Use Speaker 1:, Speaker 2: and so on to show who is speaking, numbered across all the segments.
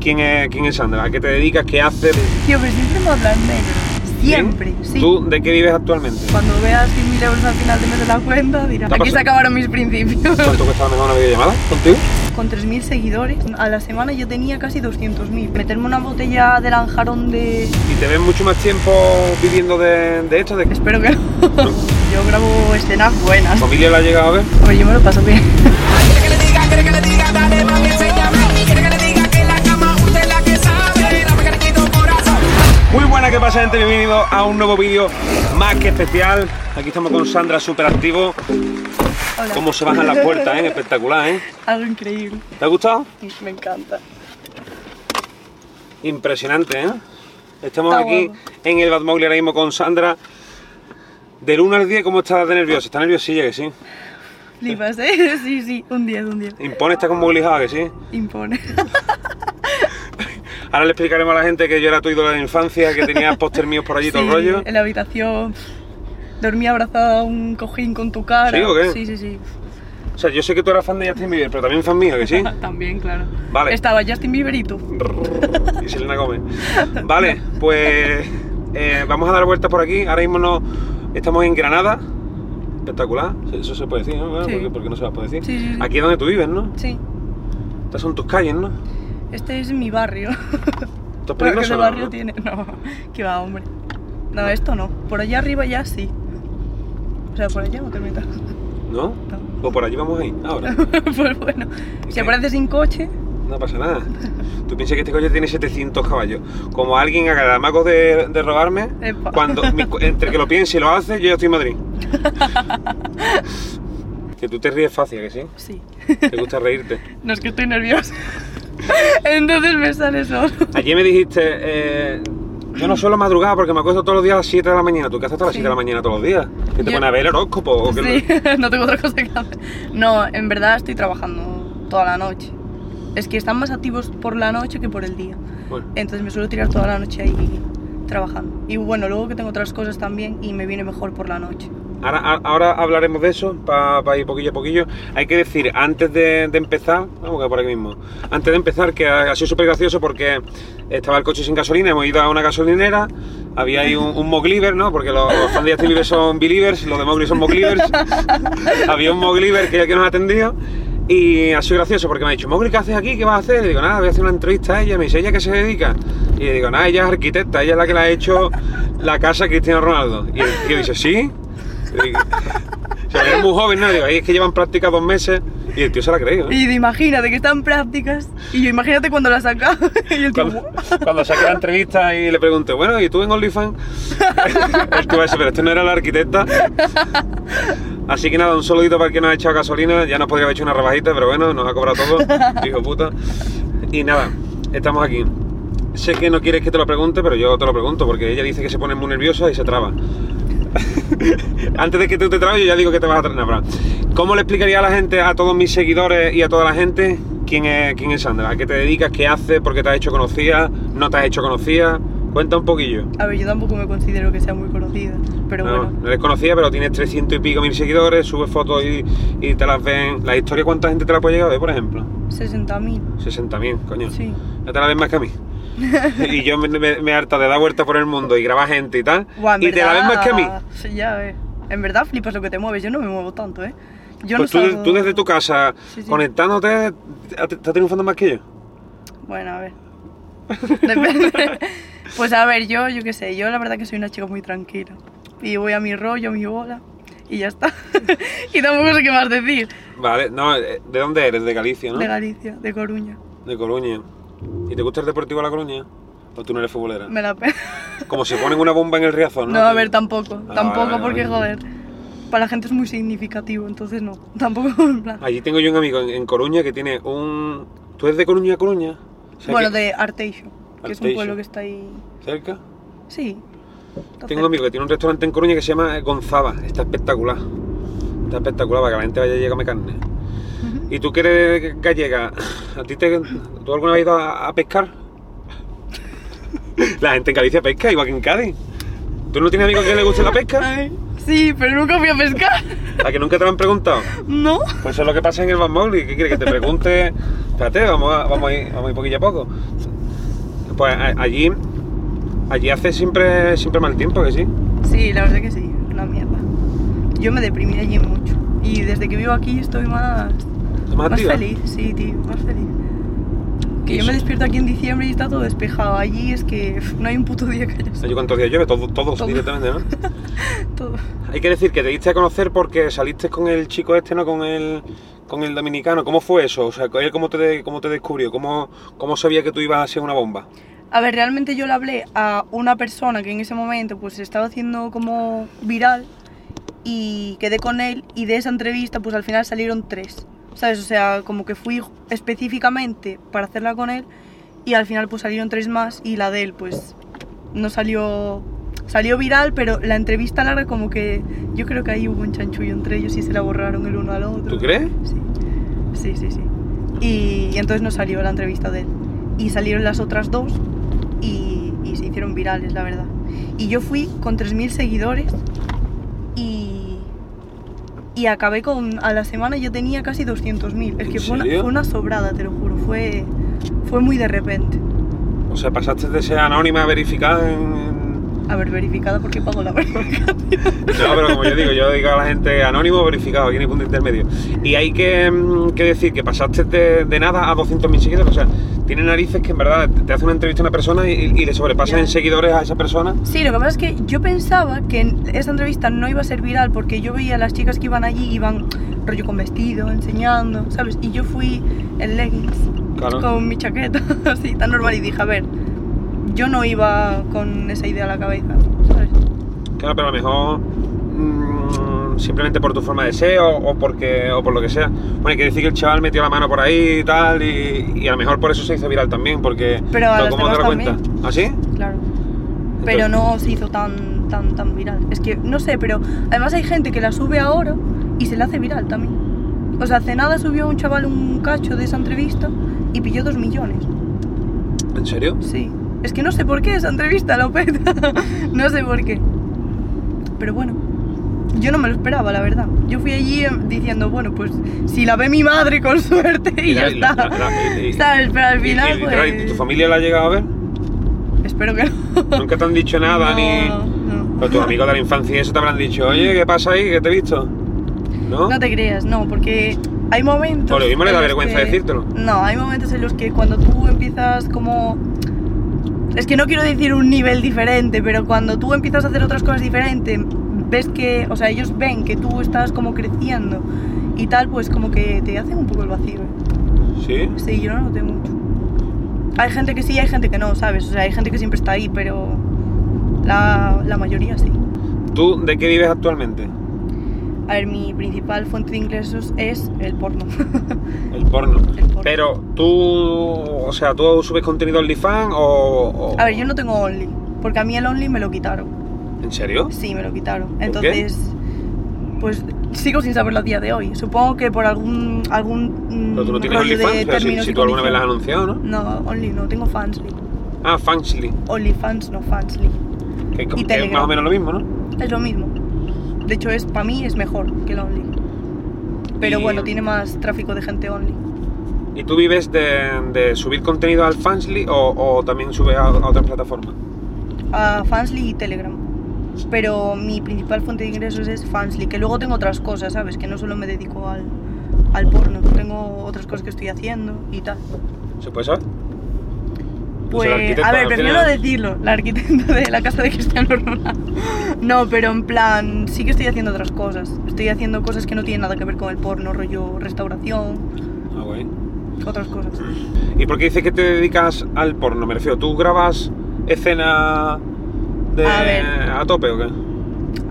Speaker 1: quién es, quién es Sandra? ¿A qué te dedicas? ¿Qué haces?
Speaker 2: Tío, pero siempre me hablan menos. Siempre,
Speaker 1: ¿Bien?
Speaker 2: sí. Pues
Speaker 1: ¿Tú de qué vives actualmente?
Speaker 2: Cuando veas 100.000 euros al final de mes de la cuenta, dirás,
Speaker 1: ¿Te ha
Speaker 2: aquí se
Speaker 1: pasado?
Speaker 2: acabaron mis principios.
Speaker 1: ¿Cuánto cuesta a lo mejor una videollamada contigo?
Speaker 2: Con 3.000 seguidores, a la semana yo tenía casi 200.000. Meterme una botella de lanjarón de...
Speaker 1: ¿Y te ves mucho más tiempo viviendo de, de esto? ¿De que
Speaker 2: Espero que no. Yo grabo escenas buenas.
Speaker 1: familia la ha llegado a ver?
Speaker 2: Oye, yo me lo paso bien.
Speaker 3: Quiere que le diga, quiere que le diga, dale mami, enséñame. Quiere que le diga que en la cama usted es la que sabe. Dame que le quito el corazón.
Speaker 1: Muy buenas, ¿qué pasa gente? Bienvenido a un nuevo vídeo más que especial. Aquí estamos con Sandra, súper activo.
Speaker 2: Hola.
Speaker 1: Cómo se bajan las puertas, ¿eh? Espectacular, ¿eh?
Speaker 2: Algo increíble.
Speaker 1: ¿Te ha gustado?
Speaker 2: Me encanta.
Speaker 1: Impresionante, ¿eh? Estamos
Speaker 2: Está
Speaker 1: aquí
Speaker 2: guapo.
Speaker 1: en el Bad Mowgli ahora mismo con Sandra. Del 1 al 10, ¿cómo estás de nerviosa? ¿Está nerviosilla que sí?
Speaker 2: Flipas, ¿eh? Sí, sí, un 10, un 10.
Speaker 1: Impone, está como obligada que sí.
Speaker 2: Impone.
Speaker 1: Ahora le explicaremos a la gente que yo era tu ídolo de infancia, que tenías póster míos por allí todo el
Speaker 2: Sí,
Speaker 1: rollo.
Speaker 2: En la habitación. Dormía abrazada a un cojín con tu cara.
Speaker 1: ¿Sí o qué?
Speaker 2: Sí, sí, sí.
Speaker 1: O sea, yo sé que tú eras fan de Justin Bieber, pero también fan mío, que sí.
Speaker 2: También, claro.
Speaker 1: Vale.
Speaker 2: Estaba Justin Bieber y tú.
Speaker 1: y Selena Gómez. Vale, pues eh, vamos a dar vueltas por aquí. Ahora mismo no, estamos en Granada. Espectacular, eso se puede decir, ¿no? Claro,
Speaker 2: Sí.
Speaker 1: porque, porque no se va a poder decir.
Speaker 2: Sí, sí, sí.
Speaker 1: Aquí es donde tú vives, ¿no?
Speaker 2: Sí.
Speaker 1: Estas son tus calles, ¿no?
Speaker 2: Este es mi barrio.
Speaker 1: Esto es
Speaker 2: Bueno, ¿Qué
Speaker 1: peligroso. ¿no?
Speaker 2: barrio tiene? No, que va, hombre. No, esto no. Por allá arriba ya sí. O sea, por allá no te metas.
Speaker 1: ¿No? O por allí vamos a ir, ahora.
Speaker 2: pues bueno. Si apareces sin coche,
Speaker 1: No pasa nada. Tú piensas que este coche tiene 700 caballos. Como alguien haga el mago de, de robarme,
Speaker 2: Epa.
Speaker 1: cuando mi- entre que lo piense y lo hace, yo ya estoy en Madrid. que tú te ríes fácil, ¿a que sí.
Speaker 2: sí.
Speaker 1: Te gusta reírte.
Speaker 2: No es que estoy nerviosa. Entonces me sale solo.
Speaker 1: Ayer me dijiste, eh, yo no suelo madrugar porque me acuesto todos los días a las 7 de la mañana. ¿Tú qué haces hasta las
Speaker 2: Sí.
Speaker 1: 7 de la mañana todos los días? ¿Que te
Speaker 2: Yo-
Speaker 1: pones a ver el horóscopo? O que
Speaker 2: Sí, no tengo otra cosa que hacer. No, en verdad estoy trabajando toda la noche. Es que están más activos por la noche que por el día.
Speaker 1: Bueno,
Speaker 2: Entonces me suelo tirar toda la noche ahí trabajando. Y bueno, luego que tengo otras cosas también y me viene mejor por la noche.
Speaker 1: ahora, a- ahora hablaremos de eso para ir poquillo a poquillo. Hay que decir, antes de, de empezar, vamos que por aquí mismo, antes de empezar, que ha, ha sido súper gracioso porque estaba el coche sin gasolina, hemos ido a una gasolinera, había ahí un, un Mogliver, ¿no? Porque los, los fans de Justin Bieber son Believers, los de Mowgli son Moglivers. había un Mogliver que, que nos atendió y ha sido gracioso porque me ha dicho, Mogli, ¿qué haces aquí? ¿Qué vas a hacer? Y digo, nada, voy a hacer una entrevista a ella. Me dice, ¿ella qué se dedica? Y le digo, nada, ella es arquitecta, ella es la que le ha hecho la casa a Cristiano Ronaldo. Y el tío dice, ¿sí? Y digo, o sea, era muy joven, ¿no? Y digo, ahí es que llevan práctica dos meses y el tío se la ha creído. ¿eh?
Speaker 2: Y de- imagínate que están prácticas y yo imagínate cuando las saca. Y el
Speaker 1: Cuando,
Speaker 2: tipo,
Speaker 1: cuando saqué la entrevista y le pregunté, bueno, ¿y tú en OnlyFans? El tío va a decir, pero este no era la arquitecta. Así que nada, un saludito para el que nos ha echado gasolina. Ya nos podría haber hecho una rebajita, pero bueno, nos ha cobrado todo, hijo puta. Y nada, estamos aquí. Sé que no quieres que te lo pregunte, pero yo te lo pregunto porque ella dice que se pone muy nerviosa y se traba. Antes de que tú te trabes, yo ya digo que te vas a trabar. ¿Cómo le explicaría a la gente, a todos mis seguidores y a toda la gente, quién es, quién es Sandra? ¿A qué te dedicas? ¿Qué haces? ¿Por qué te has hecho conocida? ¿No te has hecho conocida? Cuenta un poquillo.
Speaker 2: A ver, yo tampoco me considero que sea muy conocida, pero
Speaker 1: no,
Speaker 2: bueno.
Speaker 1: no eres conocida, pero tienes 300 y pico mil seguidores, subes fotos y, y te las ven. ¿La historia cuánta gente te la puede llegar a ver, por ejemplo?
Speaker 2: 60.000,
Speaker 1: 60.000, coño.
Speaker 2: sí.
Speaker 1: Ya te la ves más que a mí. y yo me, me- me harta de dar vueltas por el mundo y grabar gente y tal.
Speaker 2: Buah, en
Speaker 1: y te la ves
Speaker 2: verdad-
Speaker 1: más que a mí.
Speaker 2: Sí, ya ves. En verdad flipas lo que te mueves, yo no me muevo tanto, ¿eh? Yo
Speaker 1: pues
Speaker 2: no
Speaker 1: tú,
Speaker 2: salgo-
Speaker 1: tú desde tu casa,
Speaker 2: Sí, sí.
Speaker 1: conectándote, te- te- estás triunfando más que yo.
Speaker 2: Bueno, a ver. Depende. pues a ver, yo, yo qué sé, yo la verdad que soy una chica muy tranquila. Y voy a mi rollo, a mi bola, y ya está. y tampoco sé qué más decir.
Speaker 1: Vale, no, eh, ¿de dónde eres? De Galicia, ¿no?
Speaker 2: De Galicia, de Coruña.
Speaker 1: De Coruña. ¿Y te gusta el Deportivo de La Coruña? ¿O tú no eres futbolera?
Speaker 2: Me la pena.
Speaker 1: Como si ponen una bomba en el Riazón, ¿no?
Speaker 2: No, a ver, tampoco.
Speaker 1: Ah,
Speaker 2: tampoco,
Speaker 1: vale,
Speaker 2: porque
Speaker 1: vale.
Speaker 2: joder. Para la gente es muy significativo, entonces no. Tampoco, en plan.
Speaker 1: Allí tengo yo un amigo en, en Coruña que tiene un... ¿Tú eres de Coruña a Coruña? O sea,
Speaker 2: Bueno,
Speaker 1: que-
Speaker 2: de Arteixo, que es un
Speaker 1: Arteixo.
Speaker 2: pueblo que está ahí.
Speaker 1: ¿Cerca?
Speaker 2: Sí. está
Speaker 1: Tengo
Speaker 2: cerca.
Speaker 1: un amigo que tiene un restaurante en Coruña que se llama eh, Gonzaba. Está espectacular. Está espectacular para que la gente vaya a llegarme carne. ¿Y tú que eres gallega? ¿A ti te, ¿Tú alguna vez has ido a, a pescar? La gente en Galicia pesca, igual que en Cádiz. ¿Tú no tienes amigos que le guste la pesca?
Speaker 2: Ay, sí, pero nunca fui a pescar.
Speaker 1: ¿A que nunca te lo han preguntado?
Speaker 2: ¿No?
Speaker 1: Pues eso es lo que pasa en el Van Mowgli. ¿Qué quieres que te pregunte? Espérate, vamos a, vamos a ir, vamos a ir poquillo a poco. Pues a- allí, allí hace siempre, siempre mal tiempo, que sí.
Speaker 2: Sí, la verdad que sí, una mierda. Yo me deprimí allí mucho. Y desde que vivo aquí estoy más,
Speaker 1: Más,
Speaker 2: más
Speaker 1: tío.
Speaker 2: feliz, sí, tío, más feliz. Que yo
Speaker 1: Eso.
Speaker 2: me despierto aquí en diciembre y está todo despejado. Allí es que pf, no hay un puto día que haya
Speaker 1: Yo cuántos días llueve, todos, todos
Speaker 2: Todo.
Speaker 1: directamente, ¿no?
Speaker 2: todo.
Speaker 1: Hay que decir que te diste a conocer porque saliste con el chico este, ¿no? Con el, con el dominicano. ¿Cómo fue eso? O sea, él cómo te, de- cómo te descubrió, ¿Cómo, cómo sabía que tú ibas a ser una bomba.
Speaker 2: A ver, realmente yo le hablé a una persona que en ese momento pues se estaba haciendo como viral y quedé con él y de esa entrevista pues al final salieron tres, ¿sabes? O sea, como que fui específicamente para hacerla con él y al final pues salieron tres más y la de él pues no salió, salió viral, pero la entrevista larga como que yo creo que ahí hubo un chanchullo entre ellos y se la borraron el uno al otro.
Speaker 1: ¿Tú crees?
Speaker 2: Sí, sí, sí. sí. Y, y entonces nos salió la entrevista de él. Y salieron las otras dos y, y se hicieron virales, la verdad. Y yo fui con 3.000 seguidores y, y acabé con... A la semana yo tenía casi 200.000. Es
Speaker 1: ¿En
Speaker 2: que fue una,
Speaker 1: serio?
Speaker 2: fue una sobrada, te lo juro. Fue, fue muy de repente.
Speaker 1: O sea, pasaste de ser anónima a verificada en... en-
Speaker 2: A ver, verificada porque pago la verificación.
Speaker 1: No, pero como yo digo, yo digo a la gente anónimo o verificado, aquí no hay punto intermedio. Y hay que, mm, que decir que pasaste de, de nada a 200.000 seguidores. O sea, tiene narices que en verdad te hace una entrevista a una persona y, y le sobrepasan
Speaker 2: Ya.
Speaker 1: en seguidores a esa persona.
Speaker 2: Sí, lo que pasa es que yo pensaba que en esa entrevista no iba a ser viral porque yo veía a las chicas que iban allí, iban rollo con vestido, enseñando, ¿sabes? Y yo fui en leggings
Speaker 1: Claro.
Speaker 2: con mi chaqueta, así, tan normal, y dije, a ver, yo no iba con esa idea a la cabeza, ¿sabes?
Speaker 1: Claro, pero a lo mejor mm, simplemente por tu forma de ser o, o porque, o por lo que sea. Bueno, hay que decir que el chaval metió la mano por ahí y tal, y, y a lo mejor por eso se hizo viral también, porque...
Speaker 2: Pero a las
Speaker 1: ¿cómo te
Speaker 2: demás
Speaker 1: das cuenta? ¿Ah, sí?
Speaker 2: Claro. Pero
Speaker 1: Entonces-
Speaker 2: no se hizo tan, tan, tan viral. Es que, no sé, pero además hay gente que la sube ahora y se la hace viral también. O sea, hace nada subió un chaval un cacho de esa entrevista y pilló dos millones.
Speaker 1: ¿En serio?
Speaker 2: Sí. Es que no sé por qué esa entrevista la peta. no sé por qué. Pero bueno, yo no me lo esperaba, la verdad. Yo fui allí eh, diciendo, bueno, pues si la ve mi madre con suerte y,
Speaker 1: la-
Speaker 2: ya está.
Speaker 1: la- la- y- y-
Speaker 2: ¿Sabes? Pero al
Speaker 1: y- y-
Speaker 2: final,
Speaker 1: y-
Speaker 2: pues...
Speaker 1: ¿y ¿Tu familia la ha llegado a ver?
Speaker 2: Espero que no.
Speaker 1: Nunca te han dicho nada,
Speaker 2: No,
Speaker 1: ni...
Speaker 2: no.
Speaker 1: Pero tus amigos de la infancia y eso te habrán dicho, oye, ¿qué pasa ahí? ¿Qué te he visto? ¿No?
Speaker 2: No te creas, no, porque hay momentos.
Speaker 1: Por lo mismo le
Speaker 2: en
Speaker 1: da
Speaker 2: los
Speaker 1: vergüenza
Speaker 2: que-
Speaker 1: decírtelo.
Speaker 2: No, hay momentos en los que cuando tú empiezas como. Es que no quiero decir un nivel diferente, pero cuando tú empiezas a hacer otras cosas diferentes, ves que. O sea, ellos ven que tú estás como creciendo y tal, pues como que te hacen un poco el vacío. ¿eh?
Speaker 1: ¿Sí?
Speaker 2: Sí, yo no noté mucho. Hay gente que sí, hay gente que no, ¿sabes? O sea, hay gente que siempre está ahí, pero. La, la mayoría sí.
Speaker 1: ¿Tú de qué vives actualmente?
Speaker 2: A ver, mi principal fuente de ingresos es el porno.
Speaker 1: El porno.
Speaker 2: El porno.
Speaker 1: Pero tú, o sea, ¿tú subes contenido OnlyFans o, o-
Speaker 2: A ver, yo no tengo Only, porque a mí el Only me lo quitaron.
Speaker 1: ¿En serio?
Speaker 2: Sí, me lo quitaron.
Speaker 1: qué?
Speaker 2: Entonces, pues sigo sin saberlo a día de hoy. Supongo que por algún algún mm,
Speaker 1: Pero tú no tienes
Speaker 2: rollo de
Speaker 1: OnlyFans, pero si,
Speaker 2: términos
Speaker 1: si
Speaker 2: y
Speaker 1: tú alguna vez las has
Speaker 2: condiciones.
Speaker 1: anunciado, ¿no?
Speaker 2: No, Only no, tengo Fansly.
Speaker 1: Ah, Fansly,
Speaker 2: Only fans, no Fansly.
Speaker 1: que, es como-
Speaker 2: Y
Speaker 1: que es
Speaker 2: Telegram.
Speaker 1: más o menos lo mismo, ¿no?
Speaker 2: Es lo mismo. De hecho, es para mí es mejor que el Only. Pero
Speaker 1: Y-
Speaker 2: bueno, tiene más tráfico de gente Only.
Speaker 1: ¿Y tú vives de, de subir contenido al Fansly o, o también subes a, a otras plataformas?
Speaker 2: a Fansly y Telegram. Pero mi principal fuente de ingresos es Fansly, que luego tengo otras cosas, ¿sabes? Que no solo me dedico al, al porno, tengo otras cosas que estoy haciendo y tal.
Speaker 1: ¿Se puede saber? Tú
Speaker 2: Pues,
Speaker 1: serás arquitecta,
Speaker 2: a ver,
Speaker 1: al
Speaker 2: prefiero
Speaker 1: final.
Speaker 2: decirlo, la arquitecta de la casa de Cristiano Ronaldo. No, pero en plan, sí que estoy haciendo otras cosas. Estoy haciendo cosas que no tienen nada que ver con el porno, rollo restauración,
Speaker 1: Ah, guay.
Speaker 2: otras cosas.
Speaker 1: ¿Y por qué dices que te dedicas al porno? Me refiero, ¿tú grabas escena de,
Speaker 2: A ver.
Speaker 1: a tope o qué?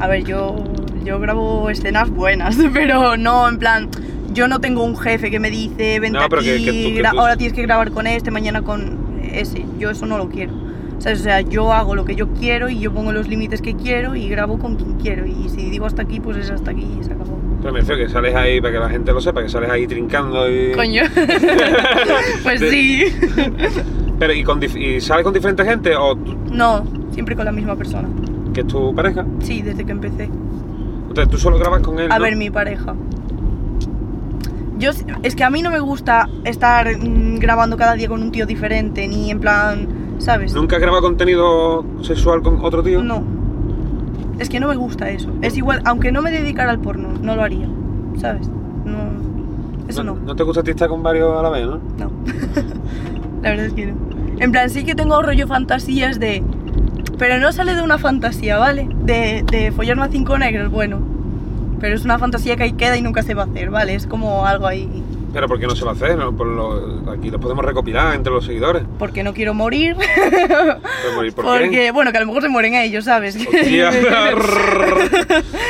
Speaker 2: A ver, yo, yo grabo escenas buenas, pero no en plan. Yo no tengo un jefe que me dice, vente
Speaker 1: No, pero que-
Speaker 2: aquí,
Speaker 1: que tú- que
Speaker 2: gra-
Speaker 1: tú-
Speaker 2: ahora tienes que grabar con este, mañana con ese. Yo eso no lo quiero. ¿Sabes? O sea, yo hago lo que yo quiero y yo pongo los límites que quiero y grabo con quien quiero. Y si digo hasta aquí, pues es hasta aquí y se acabó.
Speaker 1: Pero me refiero que sales ahí, para que la gente lo sepa, que sales ahí trincando y...
Speaker 2: Coño. pues
Speaker 1: De-
Speaker 2: sí.
Speaker 1: Pero, ¿y, con dif- y sales con diferente gente o tú-
Speaker 2: No, siempre con la misma persona.
Speaker 1: que es tu pareja?
Speaker 2: Sí, desde que empecé.
Speaker 1: Entonces tú solo grabas con él.
Speaker 2: A
Speaker 1: ¿no?
Speaker 2: ver, mi pareja. Yo, s- es que a mí no me gusta estar mm, grabando cada día con un tío diferente, ni en plan ¿sabes?
Speaker 1: ¿Nunca has grabado contenido sexual con otro tío?
Speaker 2: No. Es que no me gusta eso. Es igual, aunque no me dedicara al porno, no lo haría. ¿Sabes? No. Eso no.
Speaker 1: ¿No te gusta a ti estar con varios a la vez, no?
Speaker 2: No. la verdad es que no. En plan, sí que tengo rollo fantasías de. Pero no sale de una fantasía, ¿vale? De, de follarme a cinco negros, bueno. Pero es una fantasía que ahí queda y nunca se va a hacer, ¿vale? Es como algo ahí.
Speaker 1: Pero ¿por qué no se va a hacer? No? Por lo- aquí lo podemos recopilar entre los seguidores.
Speaker 2: Porque no quiero morir.
Speaker 1: Pero morir, ¿Por
Speaker 2: porque,
Speaker 1: qué?
Speaker 2: bueno, que a lo mejor se mueren ellos, ¿sabes?
Speaker 1: Hostia.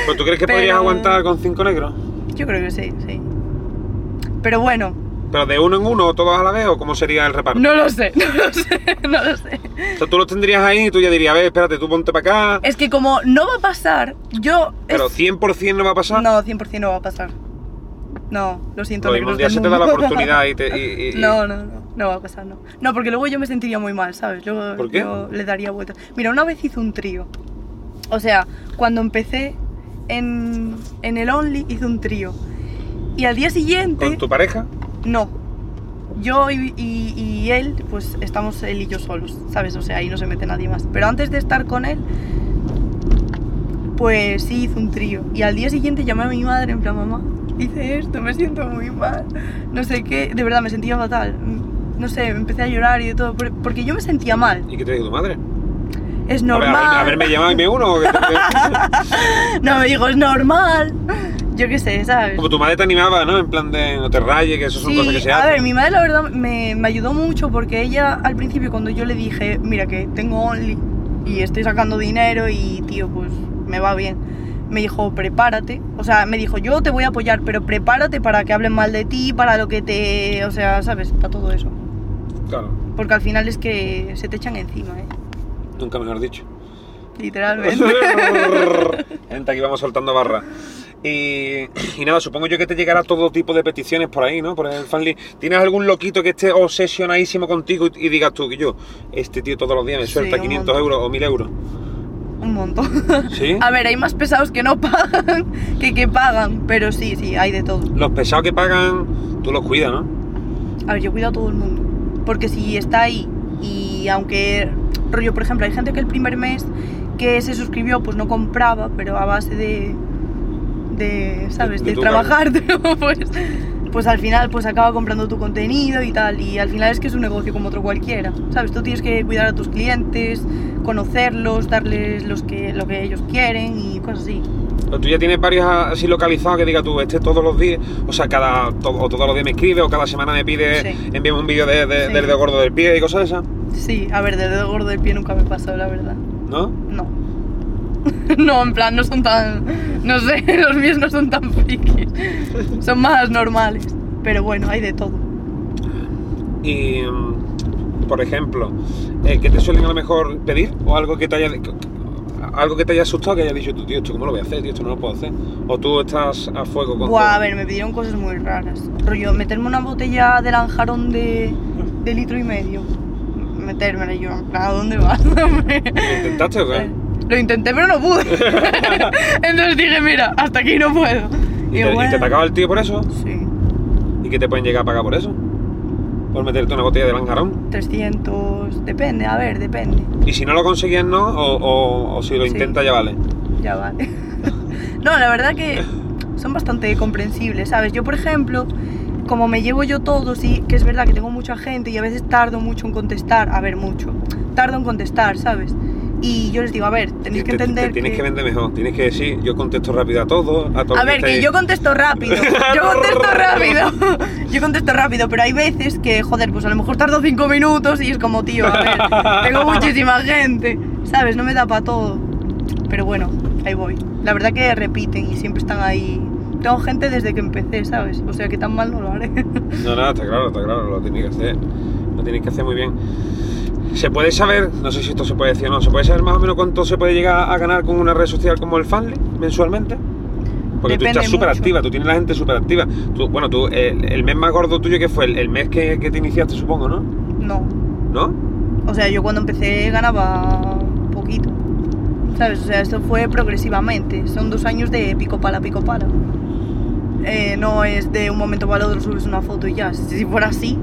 Speaker 1: ¿Pues tú crees que podrías
Speaker 2: Pero-
Speaker 1: aguantar con cinco negros?
Speaker 2: Yo creo que sí, sí. Pero bueno,
Speaker 1: ¿Pero de uno en uno, todos a la vez o cómo sería el reparto?
Speaker 2: no lo sé, no lo sé, no lo sé.
Speaker 1: O sea, tú los tendrías ahí y tú ya dirías, a ver, espérate, tú ponte para acá.
Speaker 2: Es que como no va a pasar, yo...
Speaker 1: Pero
Speaker 2: es-
Speaker 1: 100% no va a pasar.
Speaker 2: No, 100% no va a pasar. No, lo siento.
Speaker 1: Lo mismo
Speaker 2: negros
Speaker 1: un día
Speaker 2: del
Speaker 1: se te da la
Speaker 2: mundo.
Speaker 1: oportunidad y te. y- y- y-
Speaker 2: No, no, no, no va a pasar, no. No, porque luego yo me sentiría muy mal, ¿sabes? Luego
Speaker 1: ¿Por qué?
Speaker 2: yo le daría vueltas. Mira, una vez hice un trío. O sea, cuando empecé en, en el Only hice un trío. Y al día siguiente...
Speaker 1: ¿Con tu pareja?
Speaker 2: No. Yo y, y- y él, pues estamos él y yo solos, ¿sabes? O sea, ahí no se mete nadie más. Pero antes de estar con él, pues sí hice un trío. Y al día siguiente llamé a mi madre en plan, mamá, hice esto, me siento muy mal. No sé qué, de verdad me sentía fatal. No sé, empecé a llorar y de todo, por- porque yo me sentía mal.
Speaker 1: ¿Y qué te dijo tu madre?
Speaker 2: Es
Speaker 1: A ver,
Speaker 2: normal.
Speaker 1: a ver, haberme llamado y me uno. o que te-
Speaker 2: No, me digo, es normal. Yo qué sé, ¿sabes?
Speaker 1: Como tu madre te animaba, ¿no? En plan de no te rayes, que eso son
Speaker 2: Sí,
Speaker 1: cosas que se
Speaker 2: a
Speaker 1: hacen.
Speaker 2: ver, mi madre la verdad me, me ayudó mucho porque ella al principio cuando yo le dije, mira que tengo Only y estoy sacando dinero y tío, pues me va bien, me dijo, prepárate, o sea, me dijo, yo te voy a apoyar, pero prepárate para que hablen mal de ti, para lo que te, o sea, sabes, para todo eso.
Speaker 1: Claro,
Speaker 2: Porque al final es que se te echan encima, ¿eh?
Speaker 1: nunca mejor dicho.
Speaker 2: literalmente.
Speaker 1: Gente, aquí vamos soltando barra. Y, y nada, supongo yo que te llegará todo tipo de peticiones por ahí, ¿no? Por el fanly. ¿Tienes algún loquito que esté obsesionadísimo contigo y, y digas tú que yo, este tío todos los días me
Speaker 2: Sí,
Speaker 1: suelta
Speaker 2: un
Speaker 1: 500
Speaker 2: montón.
Speaker 1: euros o 1000 euros?
Speaker 2: Un montón.
Speaker 1: ¿Sí?
Speaker 2: A ver, hay más pesados que no pagan que que pagan, pero sí, sí, hay de todo.
Speaker 1: Los pesados que pagan, tú los cuidas, ¿no?
Speaker 2: A ver, yo cuido a todo el mundo. Porque si está ahí y aunque, rollo, por ejemplo, hay gente que el primer mes que se suscribió pues no compraba, pero a base de, de ¿sabes?
Speaker 1: De- de
Speaker 2: De,
Speaker 1: tu
Speaker 2: trabajar, pues, pues al final pues acaba comprando tu contenido y tal. Y al final es que es un negocio como otro cualquiera, ¿sabes? Tú tienes que cuidar a tus clientes, conocerlos, darles los que, lo que ellos quieren y cosas así.
Speaker 1: Pero tú ya tienes varios así localizados que diga tú, este todos los días, o sea, cada, to- o todos los días me escribe o cada semana me pide,
Speaker 2: Sí.
Speaker 1: envíame un vídeo de, de-
Speaker 2: Sí.
Speaker 1: del dedo gordo del pie y cosas esas,
Speaker 2: Sí, a ver, del dedo gordo del pie nunca me pasó, la verdad.
Speaker 1: ¿no?
Speaker 2: No. No, en plan, no son tan. No sé, los míos no son tan frikis. Son más normales. Pero bueno, hay de todo.
Speaker 1: Y, mm, por ejemplo, eh, ¿qué te suelen a lo mejor pedir? ¿O algo que te haya, que- algo que te haya asustado que haya dicho tú, tío, esto cómo lo voy a hacer, tío, esto no lo puedo hacer? ¿O tú estás a fuego con
Speaker 2: Buah, a
Speaker 1: todo?
Speaker 2: ver, me pidieron cosas muy raras. Rollo, meterme una botella de lanjarón de, de litro y medio. Metérmela y yo, en plan, ¿a dónde vas? hombre? Eh,
Speaker 1: ¿Lo intentaste o qué?
Speaker 2: Lo intenté, pero no pude. Entonces dije, mira, hasta aquí no puedo.
Speaker 1: ¿Y,
Speaker 2: yo,
Speaker 1: te, y
Speaker 2: bueno,
Speaker 1: te atacaba el tío por eso?
Speaker 2: Sí,
Speaker 1: ¿Y que te pueden llegar a pagar por eso? ¿Por meterte una botella de lanjarón?
Speaker 2: 300. Depende, a ver, depende.
Speaker 1: ¿Y si no lo conseguías, no? ¿O, o- o si lo
Speaker 2: Sí.
Speaker 1: intentas, ya vale?
Speaker 2: Ya vale. no, la verdad que son bastante comprensibles, ¿sabes? Yo, por ejemplo, como me llevo yo todo, sí, que es verdad que tengo mucha gente y a veces tardo mucho en contestar, a ver, mucho, tardo en contestar, ¿sabes? Y yo les digo, a ver, tenéis que
Speaker 1: Te- te-
Speaker 2: entender
Speaker 1: te tienes que...
Speaker 2: que...
Speaker 1: vender mejor, tienes que decir, yo contesto rápido a todos, a todos
Speaker 2: A
Speaker 1: los
Speaker 2: ver, que
Speaker 1: estáis-
Speaker 2: yo contesto rápido. Yo contesto rápido. Yo contesto rápido, pero hay veces que, joder, pues a lo mejor tardo cinco minutos y es como, tío, a ver, tengo muchísima gente. ¿Sabes? No me da para todo. Pero bueno, ahí voy. La verdad que repiten y siempre están ahí. Tengo gente desde que empecé, ¿sabes? O sea que tan mal no lo haré.
Speaker 1: No, no, está claro, está claro, lo tenéis que hacer. Lo tenéis que hacer muy bien. ¿Se puede saber, no sé si esto se puede decir o no, se puede saber más o menos cuánto se puede llegar a ganar con una red social como el Fanly mensualmente? Porque tú
Speaker 2: Depende
Speaker 1: estás súper
Speaker 2: mucho.
Speaker 1: activa, tú tienes la gente súper activa. Tú- bueno, tú, el, el mes más gordo tuyo que fue el, el mes que, que te iniciaste, supongo, ¿no?
Speaker 2: No.
Speaker 1: ¿No?
Speaker 2: O sea, yo cuando empecé ganaba poquito. ¿Sabes? O sea, esto fue progresivamente. Son dos años de pico pala, pico pala. Eh, no es de un momento para otro subes una foto y ya. Si fuera así,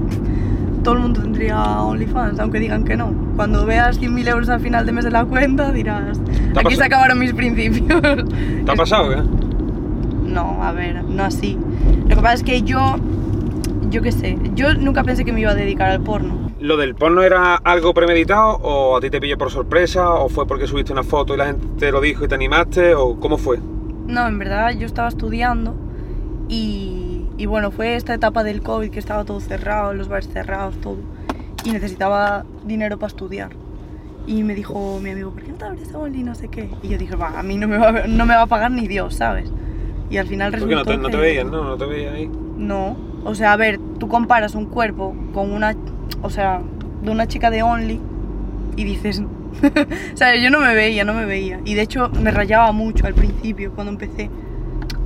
Speaker 2: todo el mundo tendría OnlyFans, aunque digan que no. Cuando veas 100.000 euros al final de mes de la cuenta, dirás,
Speaker 1: ha
Speaker 2: aquí se
Speaker 1: pasado?
Speaker 2: acabaron mis principios.
Speaker 1: ¿Te ha
Speaker 2: Es-
Speaker 1: pasado, eh? qué?
Speaker 2: No, a ver, no así. Lo que pasa es que yo, yo qué sé, yo nunca pensé que me iba a dedicar al porno.
Speaker 1: ¿Lo del porno era algo premeditado o a ti te pilló por sorpresa o fue porque subiste una foto y la gente te lo dijo y te animaste o cómo fue?
Speaker 2: No, en verdad yo estaba estudiando y, y bueno, fue esta etapa del COVID que estaba todo cerrado, los bares cerrados, todo. Y necesitaba dinero para estudiar. Y me dijo mi amigo, ¿por qué no te abres Only? No sé qué. Y yo dije, va, a mí no me va, a- no me va a pagar ni Dios, ¿sabes? Y al final
Speaker 1: Porque
Speaker 2: resultó
Speaker 1: no te, no te
Speaker 2: que-
Speaker 1: veías, ¿no? No te veías ahí.
Speaker 2: No, o sea, a ver, tú comparas un cuerpo con una, o sea, de una chica de Only y dices, o sea, yo no me veía, no me veía. Y de hecho me rayaba mucho al principio cuando empecé,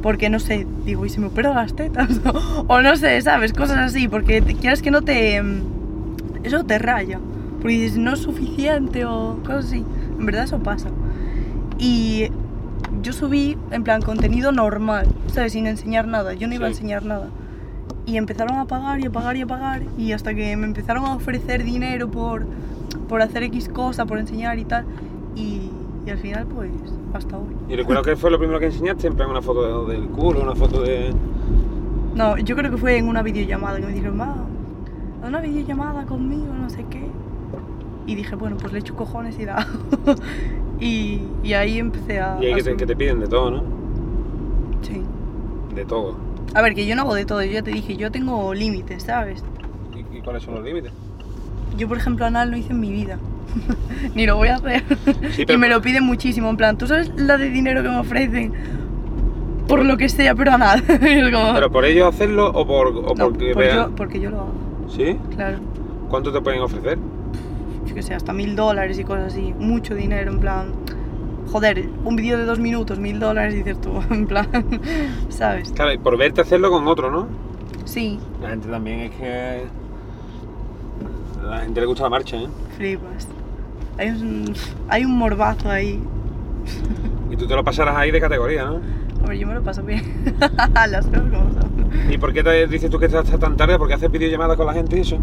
Speaker 2: porque no sé, digo, ¿y si me opero las tetas? o no sé, ¿sabes? Cosas así, porque te- quieras que no te... mm, Eso te raya, porque dices, no es suficiente o cosas así. En verdad eso pasa. Y yo subí, en plan, contenido normal, ¿sabes? Sin enseñar nada, yo no iba a
Speaker 1: Sí.
Speaker 2: enseñar nada. Y empezaron a pagar y a pagar y a pagar. Y hasta que me empezaron a ofrecer dinero por, por hacer X cosa, por enseñar y tal. Y, y al final, pues, hasta hoy.
Speaker 1: ¿Y recuerdas que fue lo primero que enseñaste? En plan, una foto de- del culo, una foto de...
Speaker 2: No, yo creo que fue en una videollamada que me dijeron, va, a una videollamada conmigo, no sé qué. Y dije, bueno, pues le echo cojones y da. y, y ahí empecé a.
Speaker 1: Y ahí
Speaker 2: a
Speaker 1: que te,
Speaker 2: subir.
Speaker 1: que te piden de todo, ¿no?
Speaker 2: Sí.
Speaker 1: De todo.
Speaker 2: A ver, que yo no hago de todo, yo ya te dije, yo tengo límites, ¿sabes?
Speaker 1: ¿Y, y cuáles son los límites?
Speaker 2: Yo, por ejemplo, anal no hice en mi vida. Ni lo voy a hacer.
Speaker 1: Sí,
Speaker 2: y
Speaker 1: pero-
Speaker 2: me lo piden muchísimo. En plan, ¿tú sabes la de dinero que me ofrecen? Por lo que sea, pero anal. Y es como,
Speaker 1: ¿Pero por ellos hacerlo o por o
Speaker 2: Ah. no,
Speaker 1: porque
Speaker 2: por
Speaker 1: vean?
Speaker 2: yo, porque yo lo hago,
Speaker 1: ¿Sí?
Speaker 2: claro.
Speaker 1: ¿Cuánto te pueden ofrecer?
Speaker 2: Yo que sé, hasta mil dólares y cosas así. Mucho dinero, en plan. Joder, un vídeo de dos minutos, mil dólares, dices tú, en plan. ¿Sabes?
Speaker 1: Claro, y por verte hacerlo con otro, ¿no?
Speaker 2: Sí,
Speaker 1: La gente también es que... A la gente le gusta la marcha, ¿eh?
Speaker 2: flipas. Hay un, hay un morbazo ahí.
Speaker 1: Y tú te lo pasarás ahí de categoría, ¿no?
Speaker 2: A ver, yo me lo paso bien. Las cosas como son.
Speaker 1: ¿Y por qué te dices tú que estás tan tarde? ¿Por qué haces videollamadas con la gente y eso?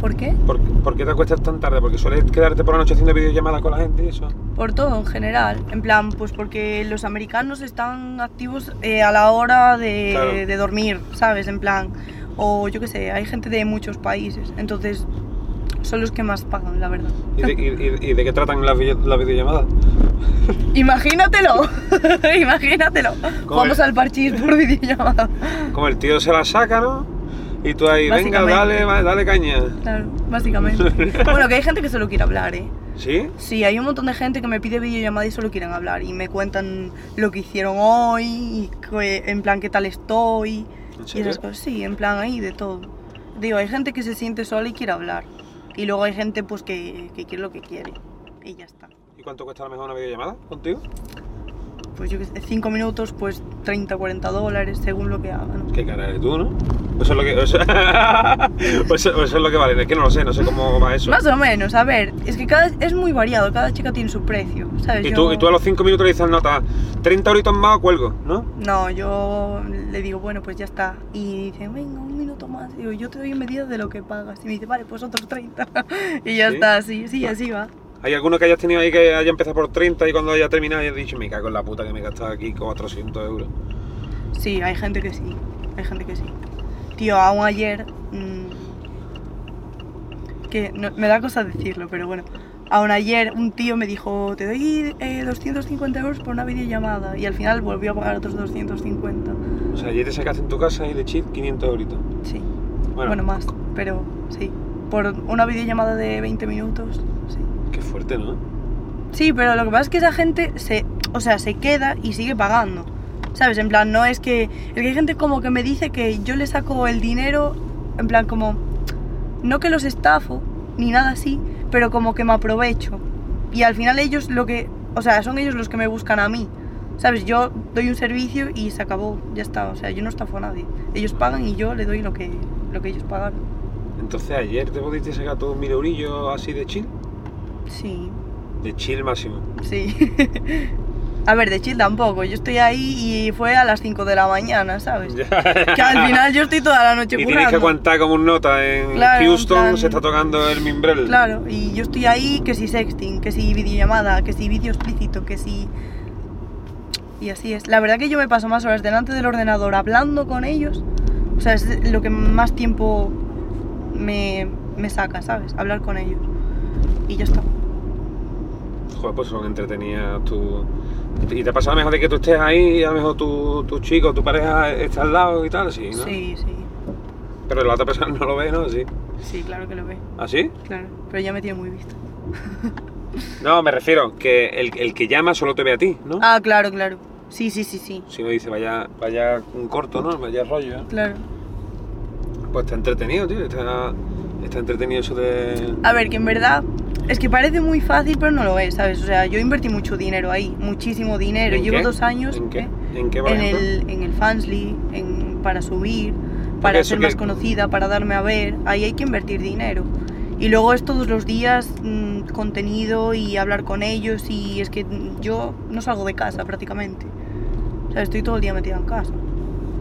Speaker 2: ¿Por qué?
Speaker 1: ¿Por, por qué te acuestas tan tarde? ¿Porque sueles quedarte por la noche haciendo videollamadas con la gente y eso?
Speaker 2: Por todo en general. En plan, pues porque los americanos están activos eh, a la hora de,
Speaker 1: Claro.
Speaker 2: de dormir, ¿sabes? En plan, o yo qué sé, hay gente de muchos países. Entonces, son los que más pagan, la verdad.
Speaker 1: ¿Y de, y- y- y de qué tratan las, video- las videollamadas?
Speaker 2: Imagínatelo, imagínatelo. Vamos
Speaker 1: es?
Speaker 2: al parchís por videollamada.
Speaker 1: Como el tío se la saca, ¿no? Y tú ahí, venga,
Speaker 2: Básicamente.
Speaker 1: dale, va- dale caña.
Speaker 2: Claro, básicamente. Bueno, que hay gente que solo quiere hablar, ¿eh?
Speaker 1: ¿Sí?
Speaker 2: Sí, hay un montón de gente que me pide videollamada y solo quieren hablar y me cuentan lo que hicieron hoy y que- en plan qué tal estoy
Speaker 1: ¿En
Speaker 2: y esas
Speaker 1: serio?
Speaker 2: cosas. Sí, en plan ahí de todo. Digo, hay gente que se siente sola y quiere hablar y luego hay gente pues que, que quiere lo que quiere y ya está.
Speaker 1: ¿Y cuánto cuesta a lo mejor una videollamada contigo?
Speaker 2: Pues yo qué sé, 5 minutos, pues 30, 40 dólares según lo que hagan.
Speaker 1: Qué cara eres tú, ¿no? Eso es lo que... Eso, pues eso- eso es lo que vale. Es que no lo sé, no sé cómo va eso.
Speaker 2: Más o menos, a ver, es que cada, es muy variado, cada chica tiene su precio, ¿sabes?
Speaker 1: Y tú,
Speaker 2: Yo-
Speaker 1: y tú a los 5 minutos le dices nota, 30 horitos más o cuelgo, ¿no?
Speaker 2: No, yo le digo, bueno, pues ya está. Y dice, venga, un minuto más. Digo, yo te doy en medida de lo que pagas. Y me dice, vale, pues otros 30. y ya
Speaker 1: ¿Sí?
Speaker 2: está, sí, sí, así va.
Speaker 1: ¿Hay alguno que hayas tenido ahí que haya empezado por 30 y cuando haya terminado hayas dicho, me cago en la puta que me he gastado aquí 400 euros?
Speaker 2: Sí, hay gente que sí, hay gente que sí. Tío, aún ayer... mm, que no- me da cosa decirlo, pero bueno. Aún ayer un tío me dijo, te doy eh, 250 euros por una videollamada. Y al final volvió a pagar otros 250.
Speaker 1: O sea, ayer te sacaste en tu casa y de chip 500 euritos.
Speaker 2: Sí.
Speaker 1: Bueno,
Speaker 2: Bueno, más, pero sí. Por una videollamada de 20 minutos, sí.
Speaker 1: qué fuerte, ¿no?
Speaker 2: Sí, pero lo que pasa es que esa gente se, o sea, se queda y sigue pagando. ¿Sabes? En plan, no es que. Es que hay gente como que me dice que yo le saco el dinero, en plan, como. No que los estafo, ni nada así, pero como que me aprovecho. Y al final ellos lo que. O sea, son ellos los que me buscan a mí. ¿Sabes? Yo doy un servicio y se acabó, ya está. O sea, yo no estafo a nadie. Ellos pagan y yo le doy lo que, lo que ellos pagaron.
Speaker 1: Entonces ayer te pudiste sacar todos 1000 eurillos así de chill.
Speaker 2: Sí,
Speaker 1: De chill máximo.
Speaker 2: sí. A ver, de chill tampoco. Yo estoy ahí y fue a las 5 de la mañana, ¿sabes?
Speaker 1: Ya.
Speaker 2: Pues, Que al final yo estoy toda la noche
Speaker 1: Y
Speaker 2: currando.
Speaker 1: tienes que aguantar como un nota. En
Speaker 2: Claro, en
Speaker 1: Houston
Speaker 2: plan-
Speaker 1: se está tocando el Mimbrel.
Speaker 2: Claro, y yo estoy ahí, que si sexting, que si videollamada, que si vídeo explícito, que si... Y así es. La verdad que yo me paso más horas delante del ordenador hablando con ellos. O sea, es lo que más tiempo me, me saca, ¿sabes? Hablar con ellos. Y ya está.
Speaker 1: Joder, pues son entretenidas tú. Y te pasa a lo mejor de que tú estés ahí y a lo mejor tu, tu chico, tu pareja está al lado y tal, sí, ¿no?
Speaker 2: Sí, sí.
Speaker 1: Pero la otra persona no lo ve, ¿no? Sí.
Speaker 2: Sí, claro que lo ve.
Speaker 1: ¿Así?
Speaker 2: Claro. Pero ya me tiene muy visto.
Speaker 1: No, me refiero que el, el que llama solo te ve a ti, ¿no?
Speaker 2: Ah, claro, claro. Sí, sí, sí, sí.
Speaker 1: Si no dice, vaya, vaya un corto, ¿no? Vaya rollo. ¿eh?
Speaker 2: Claro.
Speaker 1: Pues está entretenido, tío. Está, está entretenido eso de.
Speaker 2: A ver, que en verdad es que parece muy fácil, pero no lo es, ¿sabes? O sea, yo invertí mucho dinero ahí, muchísimo dinero.
Speaker 1: ¿En
Speaker 2: Llevo
Speaker 1: qué?
Speaker 2: dos años
Speaker 1: ¿En qué?
Speaker 2: ¿eh?
Speaker 1: ¿En qué, por
Speaker 2: en,
Speaker 1: ejemplo?
Speaker 2: el, en el Fansly, en, para subir, para
Speaker 1: eso
Speaker 2: ser
Speaker 1: que-
Speaker 2: más conocida, para darme a ver. Ahí hay que invertir dinero. Y luego es todos los días mm, contenido y hablar con ellos. Y es que mm, yo no salgo de casa prácticamente. O sea, estoy todo el día metida en casa.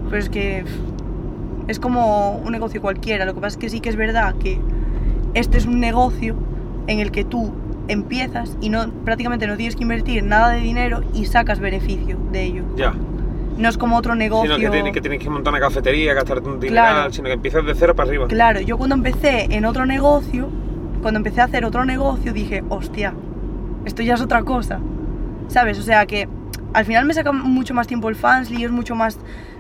Speaker 2: Pero es que pff, es como un negocio cualquiera. Lo que pasa es que sí que es verdad que este es un negocio en el que tú empiezas y no, prácticamente no tienes que invertir nada de dinero y sacas beneficio de ello.
Speaker 1: Ya.
Speaker 2: No es como otro negocio.
Speaker 1: Sino que tienes, que tienes que montar una cafetería, gastarte un dineral,
Speaker 2: Claro.
Speaker 1: sino que empiezas de cero para arriba.
Speaker 2: Claro, yo cuando empecé en otro negocio, cuando empecé a hacer otro negocio, dije, hostia, esto ya es otra cosa. ¿Sabes? O sea que al final me saca mucho más tiempo el fansly, es mucho más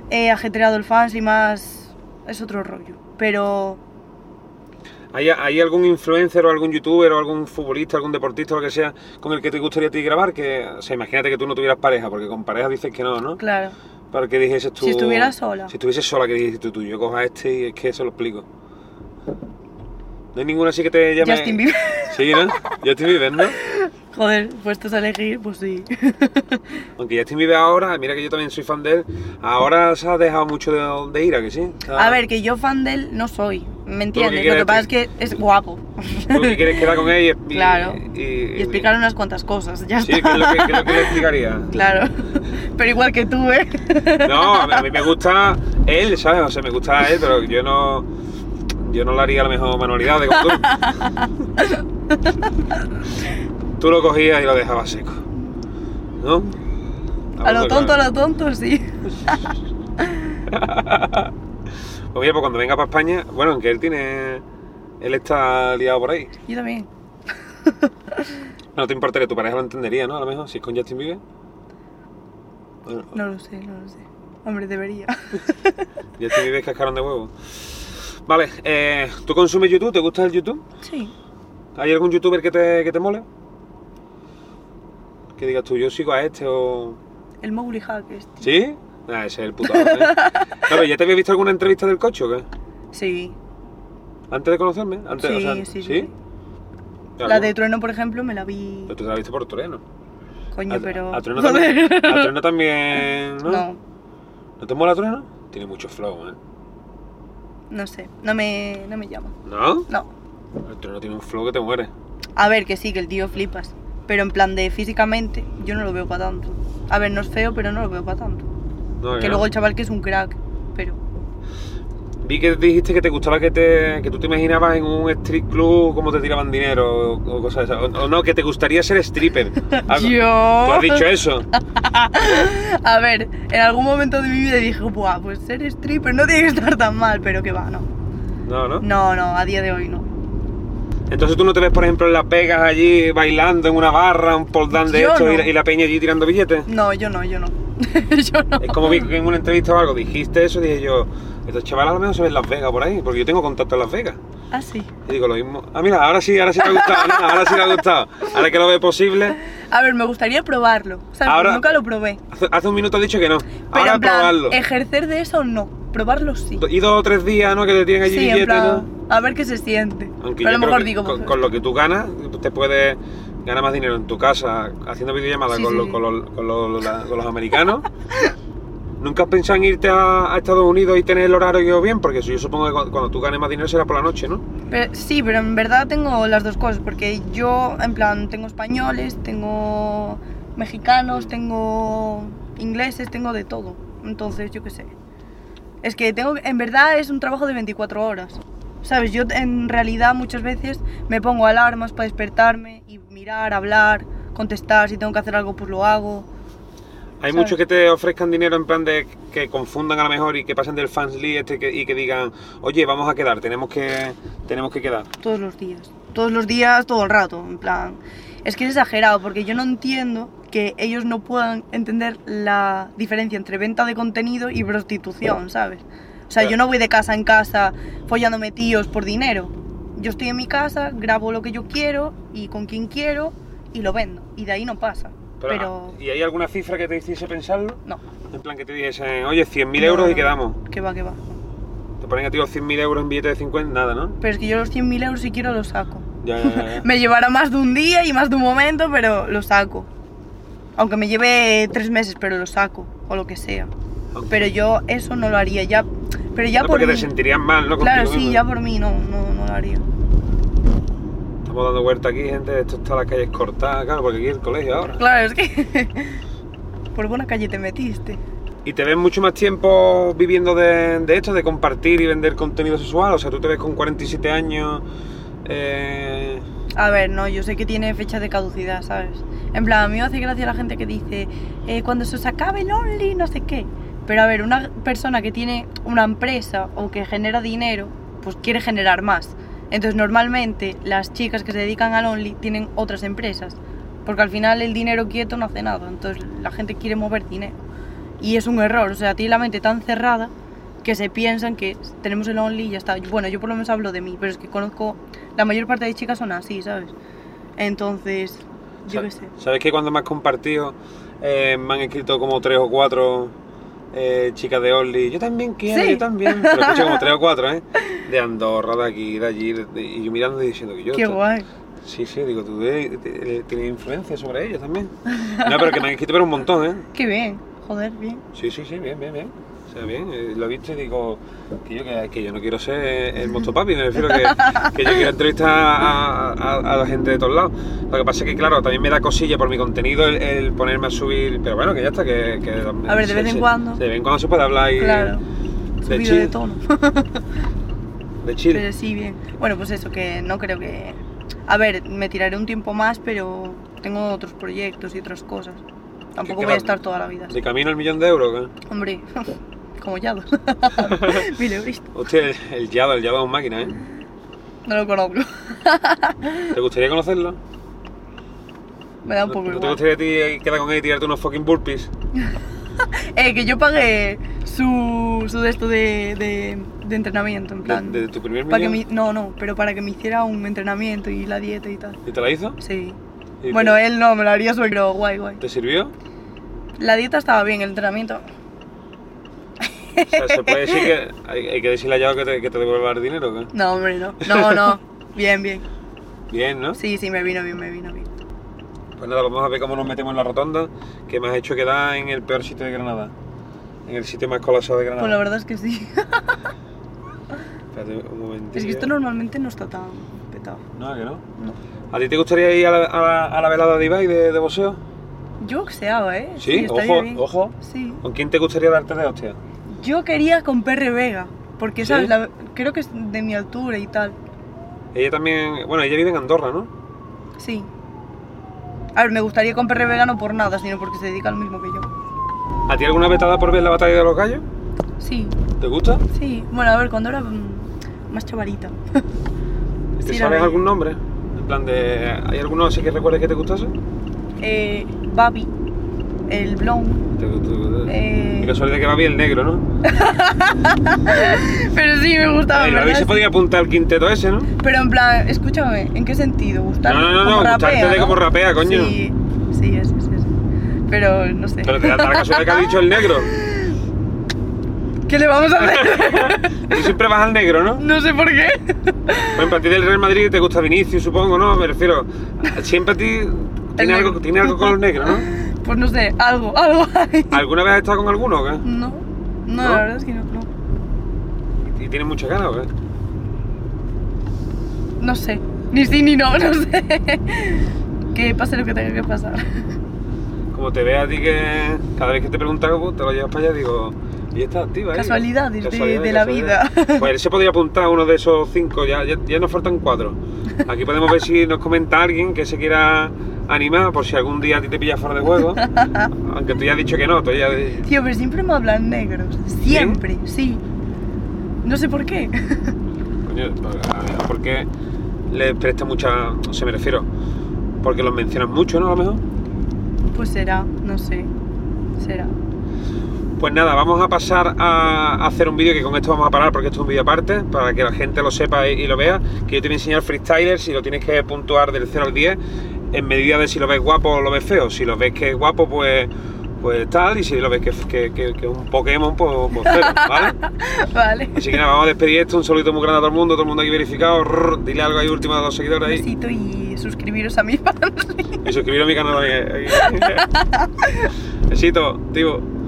Speaker 2: eh, ajetreado el fansly, más. es otro rollo. Pero.
Speaker 1: ¿Hay, hay algún influencer o algún youtuber o algún futbolista, algún deportista, lo que sea, con el que te gustaría a ti grabar? Que, o sea, imagínate que tú no tuvieras pareja, porque con pareja dices que no, ¿no?
Speaker 2: Claro.
Speaker 1: Para que dijeses tú...
Speaker 2: Si estuviera sola.
Speaker 1: Si estuvieses sola, que dices tú, tú, yo cojo a este y es que se lo explico. No hay ninguna así que te llame...
Speaker 2: Justin Bieber.
Speaker 1: Sí, ¿no? Justin Bieber, ¿no?
Speaker 2: Joder, puestos a elegir, pues sí.
Speaker 1: Aunque Justin Bieber ahora, mira que yo también soy fan de él, ahora se ha dejado mucho de, de ir, ¿a que sí? Está-
Speaker 2: A ver, que yo fan de él no soy, ¿me entiendes? Lo
Speaker 1: quieres
Speaker 2: que pasa es
Speaker 1: decir?
Speaker 2: que es guapo.
Speaker 1: Tú que quieres quedar con él y... y-
Speaker 2: Claro.
Speaker 1: Y,
Speaker 2: Y explicar unas cuantas cosas, ya
Speaker 1: Sí,
Speaker 2: está.
Speaker 1: ¿qué es lo que, qué es lo que le explicaría?
Speaker 2: Claro, pero igual que tú, ¿eh?
Speaker 1: No, a mí, a mí me gusta él, ¿sabes? O sea, me gusta él, pero yo no. Yo no le haría la mejor manualidad de como tú. Tú lo cogías y lo dejabas seco. ¿No?
Speaker 2: A lo
Speaker 1: Hablando
Speaker 2: tonto, a
Speaker 1: claro.
Speaker 2: lo tonto, sí.
Speaker 1: Pues mira, pues cuando venga para España, bueno, aunque él tiene. Él está liado por ahí.
Speaker 2: Yo también.
Speaker 1: No te importa que tu pareja lo entendería, ¿no? A lo mejor, si es con Justin Bieber. Bueno,
Speaker 2: No lo sé, no lo sé. Hombre, debería.
Speaker 1: Justin Bieber es cascarón de huevo. Vale, eh, ¿tú consumes YouTube? ¿Te gusta el YouTube?
Speaker 2: Sí.
Speaker 1: ¿Hay algún youtuber que te, que te mole? Que digas tú, yo sigo a este o...
Speaker 2: El Mowgli Hack este.
Speaker 1: ¿Sí? Ah, ese es el puto amo, ¿eh? No, pero ¿ya te había visto alguna entrevista del coche o qué?
Speaker 2: Sí.
Speaker 1: ¿Antes de conocerme? Antes, o
Speaker 2: Sí,
Speaker 1: sea,
Speaker 2: sí, sí. La
Speaker 1: Claro.
Speaker 2: de Trueno, por ejemplo, me la vi.
Speaker 1: Pero tú te la viste por Toreno.
Speaker 2: Coño, pero.
Speaker 1: a, a Trueno
Speaker 2: Joder.
Speaker 1: también, a Trueno también, ¿no?
Speaker 2: No,
Speaker 1: ¿No te mola Trueno? Tiene mucho flow, ¿eh?
Speaker 2: no sé. No me, no me llama.
Speaker 1: ¿No?
Speaker 2: No.
Speaker 1: El Trueno tiene un flow que te muere.
Speaker 2: A ver, que sí, que el tío flipas. Pero en plan de físicamente, yo no lo veo para tanto. A ver, no es feo, pero no lo veo para tanto.
Speaker 1: No,
Speaker 2: Que
Speaker 1: no.
Speaker 2: luego el chaval que es un crack, pero.
Speaker 1: Vi que dijiste que te gustaba que, te, que tú te imaginabas en un strip club cómo te tiraban dinero o, o cosas de esas. O, o no, que te gustaría ser stripper. Algo-
Speaker 2: Yo-
Speaker 1: Ah, ¿Tú has dicho eso?
Speaker 2: A ver, en algún momento de mi vida dije, Buah, pues ser stripper no tiene que estar tan mal, pero que va, no.
Speaker 1: No, ¿no?
Speaker 2: No, no, a día de hoy no.
Speaker 1: Entonces tú no te ves, por ejemplo, en Las Vegas allí bailando en una barra, un pole dance de
Speaker 2: Yo
Speaker 1: esto y,
Speaker 2: no.
Speaker 1: la- y la peña allí tirando billetes.
Speaker 2: No, yo no, yo no. yo no.
Speaker 1: Es como vi que en una entrevista o algo dijiste eso y dije yo, estos chavales a lo mejor se ven en Las Vegas por ahí, porque yo tengo contacto en Las Vegas.
Speaker 2: Ah, sí.
Speaker 1: Y digo lo mismo. Ah, mira, ahora sí, ahora sí te ha gustado, ¿no? ahora sí te ha gustado. Ahora que lo ve posible.
Speaker 2: A ver, me gustaría probarlo. O sea,
Speaker 1: Ahora-
Speaker 2: nunca lo probé.
Speaker 1: Hace, hace un minuto has dicho que no.
Speaker 2: Pero
Speaker 1: ahora
Speaker 2: en plan,
Speaker 1: probarlo.
Speaker 2: ejercer de eso no. Probarlo sí.
Speaker 1: Do- Y dos o tres días, ¿no? Que te tienen allí
Speaker 2: Sí, en
Speaker 1: billetes,
Speaker 2: plan,
Speaker 1: ¿no?
Speaker 2: a ver qué se siente.
Speaker 1: Aunque
Speaker 2: pero a
Speaker 1: yo
Speaker 2: lo
Speaker 1: creo
Speaker 2: mejor
Speaker 1: que
Speaker 2: digo,
Speaker 1: con,
Speaker 2: pues,
Speaker 1: con lo que tú ganas, te puedes ganar más dinero en tu casa haciendo videollamadas
Speaker 2: Sí,
Speaker 1: con,
Speaker 2: sí,
Speaker 1: los-
Speaker 2: sí.
Speaker 1: con los- con los- la- con los americanos. ¿Nunca has pensado en irte a, a Estados Unidos y tener el horario bien? Porque eso yo supongo que cu- cuando tú ganes más dinero será por la noche, ¿no?
Speaker 2: Pero- sí, pero en verdad tengo las dos cosas, porque yo, en plan, tengo españoles, tengo mexicanos, tengo ingleses, tengo de todo. Entonces, yo qué sé. Es que tengo, en verdad es un trabajo de 24 horas. ¿Sabes? Yo en realidad muchas veces me pongo alarmas para despertarme y mirar, hablar, contestar. Si tengo que hacer algo, pues lo hago.
Speaker 1: Hay
Speaker 2: ¿sabes?
Speaker 1: muchos que te ofrezcan dinero en plan de que confundan a lo mejor y que pasen del fans league este que- y que digan, oye, vamos a quedar, tenemos que, tenemos que quedar.
Speaker 2: Todos los días. Todos los días, todo el rato. En plan. Es que es exagerado porque yo no entiendo que ellos no puedan entender la diferencia entre venta de contenido y prostitución, ¿sabes? O sea,
Speaker 1: Ya.
Speaker 2: yo no voy de casa en casa follándome tíos por dinero. Yo estoy en mi casa, grabo lo que yo quiero y con quien quiero y lo vendo. Y de ahí no pasa. Pero,
Speaker 1: ¿Y hay alguna cifra que te hiciese pensarlo?
Speaker 2: no.
Speaker 1: En plan que te dijese, oye, 100.000
Speaker 2: No,
Speaker 1: euros y
Speaker 2: no.
Speaker 1: quedamos.
Speaker 2: Que va, que va.
Speaker 1: Te ponen a ti los 100.000 euros en billete de 50, nada, ¿no?
Speaker 2: Pero es que yo los 100.000 euros si quiero los saco.
Speaker 1: Ya, ya, ya, ya.
Speaker 2: Me llevará más de un día y más de un momento, pero lo saco. Aunque me lleve tres meses, pero lo saco, o lo que sea.
Speaker 1: Aunque-
Speaker 2: Pero yo eso no lo haría ya. Pero ya
Speaker 1: no,
Speaker 2: por
Speaker 1: porque
Speaker 2: mí.
Speaker 1: te sentirías mal, ¿no?
Speaker 2: pues, claro,
Speaker 1: Contigo
Speaker 2: sí,
Speaker 1: mismo.
Speaker 2: ya por mí no, no, no lo haría.
Speaker 1: Estamos dando vuelta aquí, gente. Esto está las calles cortadas, claro, porque aquí es el colegio ahora.
Speaker 2: Claro, es que. por buena calle te metiste.
Speaker 1: ¿Y te ves mucho más tiempo viviendo de, de esto, de compartir y vender contenido sexual? O sea, tú te ves con 47 años. eh,
Speaker 2: A ver, no, yo sé que tiene fecha de caducidad, ¿sabes? En plan, a mí me hace gracia la gente que dice, eh, cuando se os acabe el Only, no sé qué. Pero a ver, una persona que tiene una empresa o que genera dinero, pues quiere generar más. Entonces, normalmente las chicas que se dedican al Only tienen otras empresas. Porque al final el dinero quieto no hace nada. Entonces, la gente quiere mover dinero. Y es un error, o sea, tiene la mente tan cerrada que se piensan que tenemos el Only y ya está. Bueno, yo por lo menos hablo de mí, pero es que conozco, la mayor parte de chicas son así, ¿sabes? Entonces, yo
Speaker 1: sa-
Speaker 2: qué sé.
Speaker 1: ¿Sabes que cuando me has compartido eh, me han escrito como tres o cuatro eh, chicas de Only? Yo también quiero,
Speaker 2: Sí.
Speaker 1: yo también. Pero escuché como tres o cuatro, ¿eh? De Andorra, de aquí, de allí. de- de- y yo mirando y diciendo que yo.
Speaker 2: Qué
Speaker 1: esto-
Speaker 2: guay.
Speaker 1: Sí, sí, digo, tú eh, te- eh, tienes influencia sobre ellos también. No, pero que me han escrito pero un montón, ¿eh?
Speaker 2: Qué bien. Joder, bien.
Speaker 1: Sí, sí, sí, bien, bien, bien. O sea, bien, eh, lo he visto y digo que yo, que, que yo no quiero ser el monstruo papi, me refiero que, que yo quiero entrevistar a, a- a la gente de todos lados. Lo que pasa es que, claro, también me da cosilla por mi contenido el, el ponerme a subir, pero bueno, que ya está, que... que
Speaker 2: A ver, de
Speaker 1: se-
Speaker 2: vez en
Speaker 1: se-
Speaker 2: cuando.
Speaker 1: De vez en cuando se puede hablar y...
Speaker 2: Claro.
Speaker 1: De
Speaker 2: Subido de
Speaker 1: chill,
Speaker 2: tono.
Speaker 1: de chill.
Speaker 2: Pero sí, bien. Bueno, pues eso, que no creo que... A ver, me tiraré un tiempo más, pero tengo otros proyectos y otras cosas. Tampoco
Speaker 1: qué
Speaker 2: voy a
Speaker 1: vas-
Speaker 2: estar toda la vida. así.
Speaker 1: De camino al millón de euros, ¿eh?
Speaker 2: Hombre, como Yado. Mil euros.
Speaker 1: Hostia, el, el Yado, el Yado es un máquina, ¿eh?
Speaker 2: No lo conozco.
Speaker 1: ¿Te gustaría conocerlo?
Speaker 2: Me da un
Speaker 1: ¿No-
Speaker 2: poco
Speaker 1: ¿No te
Speaker 2: igual.
Speaker 1: gustaría a ti eh, quedar con él y tirarte unos fucking burpees?
Speaker 2: Eh, que yo pagué su, su de esto de, de, de entrenamiento, en
Speaker 1: ¿De,
Speaker 2: plan.
Speaker 1: de tu primer
Speaker 2: para que
Speaker 1: millón?
Speaker 2: mi- no, no, pero para que me hiciera un entrenamiento y la dieta y tal.
Speaker 1: ¿Y te la hizo?
Speaker 2: Sí.
Speaker 1: ¿Y te-
Speaker 2: Bueno, eh. él no, me lo haría suelto, pero guay, guay.
Speaker 1: ¿Te sirvió?
Speaker 2: La dieta estaba bien, el entrenamiento.
Speaker 1: O sea, se puede decir que hay, hay que decirle a Yao que te, que te devuelva el dinero, ¿qué?
Speaker 2: No, hombre, no. No, no. Bien, bien.
Speaker 1: Bien, ¿no?
Speaker 2: Sí, sí, me vino bien, me vino bien.
Speaker 1: Pues nada, vamos a ver cómo nos metemos en la rotonda, que me has hecho quedar en el peor sitio de Granada. En el sitio más colapsado de Granada.
Speaker 2: Pues la verdad es que sí.
Speaker 1: Espérate un momentito.
Speaker 2: Pues Es que esto normalmente no está tan petado.
Speaker 1: No, que no.
Speaker 2: No.
Speaker 1: ¿A ti te gustaría ir a la, a la- a la velada de Ibai de, de boxeo?
Speaker 2: Yo boxeaba, ¿eh?
Speaker 1: Sí,
Speaker 2: estaría
Speaker 1: ojo,
Speaker 2: bien.
Speaker 1: ojo.
Speaker 2: Sí.
Speaker 1: ¿Con quién te gustaría darte de hostia?
Speaker 2: Yo quería con Perre Vega, porque,
Speaker 1: ¿Sí?
Speaker 2: ¿sabes? La- creo que es de mi altura y tal.
Speaker 1: Ella también. Bueno, ella vive en Andorra, ¿no?
Speaker 2: Sí. A ver, me gustaría con Perre Vega no por nada, sino porque se dedica al mismo que yo.
Speaker 1: ¿A ti alguna vetada por ver la batalla de los gallos?
Speaker 2: Sí,
Speaker 1: ¿Te gusta?
Speaker 2: sí. Bueno, a ver, cuando era mm, más chavalita.
Speaker 1: ¿Te
Speaker 2: Sí, la
Speaker 1: sabes
Speaker 2: vi.
Speaker 1: algún nombre? En plan de. ¿Hay alguno así que recuerdes que te gustase?
Speaker 2: Eh, Babi, el Blon.
Speaker 1: ¿Te, te-
Speaker 2: Eh...
Speaker 1: Qué casualidad que va bien el negro, ¿no?
Speaker 2: Pero sí, me gustaba.
Speaker 1: Ahí
Speaker 2: en
Speaker 1: se
Speaker 2: verdad, sí.
Speaker 1: podía apuntar al quinteto ese, ¿no?
Speaker 2: Pero en plan, escúchame, ¿en qué sentido? ¿Gustar?
Speaker 1: No, no, no, no,
Speaker 2: como
Speaker 1: gustarte
Speaker 2: rapea,
Speaker 1: de
Speaker 2: ¿no?
Speaker 1: como rapea, coño.
Speaker 2: Sí, sí, es, es, es. Pero no sé.
Speaker 1: Pero te da la casualidad que ha dicho el negro.
Speaker 2: ¿Qué le vamos a hacer?
Speaker 1: Tú siempre vas al negro, ¿no?
Speaker 2: no sé por qué.
Speaker 1: Por ejemplo, a ti del Real Madrid te gusta Vinicius, supongo, ¿no? Me refiero, siempre a ti tiene
Speaker 2: negro.
Speaker 1: algo, tiene algo con los negros, ¿no?
Speaker 2: Pues no sé, algo, algo hay.
Speaker 1: ¿Alguna vez has estado con alguno o qué?
Speaker 2: No, no,
Speaker 1: ¿No?
Speaker 2: la verdad es que no, no.
Speaker 1: ¿Y tienes muchas ganas o qué?
Speaker 2: No sé. Ni sí ni no, no sé. que pase lo que tenga que pasar.
Speaker 1: ¿Cómo como te vea a ti que cada vez que te pregunta algo, te lo llevas para allá, digo, y está activa. ¿eh?
Speaker 2: Casualidades de-
Speaker 1: Casualidades,
Speaker 2: de la
Speaker 1: casualidades.
Speaker 2: vida.
Speaker 1: Pues él se podría apuntar a uno de esos cinco, ya, ya, ya nos faltan cuatro. Aquí podemos ver si nos comenta alguien que se quiera animar, por si algún día a ti te pillas fuera de juego. Aunque tú ya has dicho que no, tú ya...
Speaker 2: Tío, pero siempre me hablan negros. Siempre, sí. No sé por qué.
Speaker 1: Coño, a ver, porque le presta mucha... O sea, me refiero, porque los mencionas mucho, ¿no? A lo mejor.
Speaker 2: Pues será, no sé. Será.
Speaker 1: Pues nada, vamos a pasar a hacer un vídeo que con esto vamos a parar porque esto es un vídeo aparte, para que la gente lo sepa y, y lo vea, que yo te voy a enseñar freestylers y lo tienes que puntuar del 0 al 10 en medida de si lo ves guapo o lo ves feo. Si lo ves que es guapo, pues, pues tal, y si lo ves que, que- que- que es un Pokémon, pues, pues cero, ¿vale?
Speaker 2: Vale.
Speaker 1: Así que nada, vamos a despedir esto, un saludo muy grande a todo el mundo, todo el mundo aquí verificado, Rrr, dile algo ahí último a los seguidores
Speaker 2: Un
Speaker 1: ahí
Speaker 2: besito y suscribiros a mi fan.
Speaker 1: y suscribiros a mi canal. ahí, ahí. Besito, tío.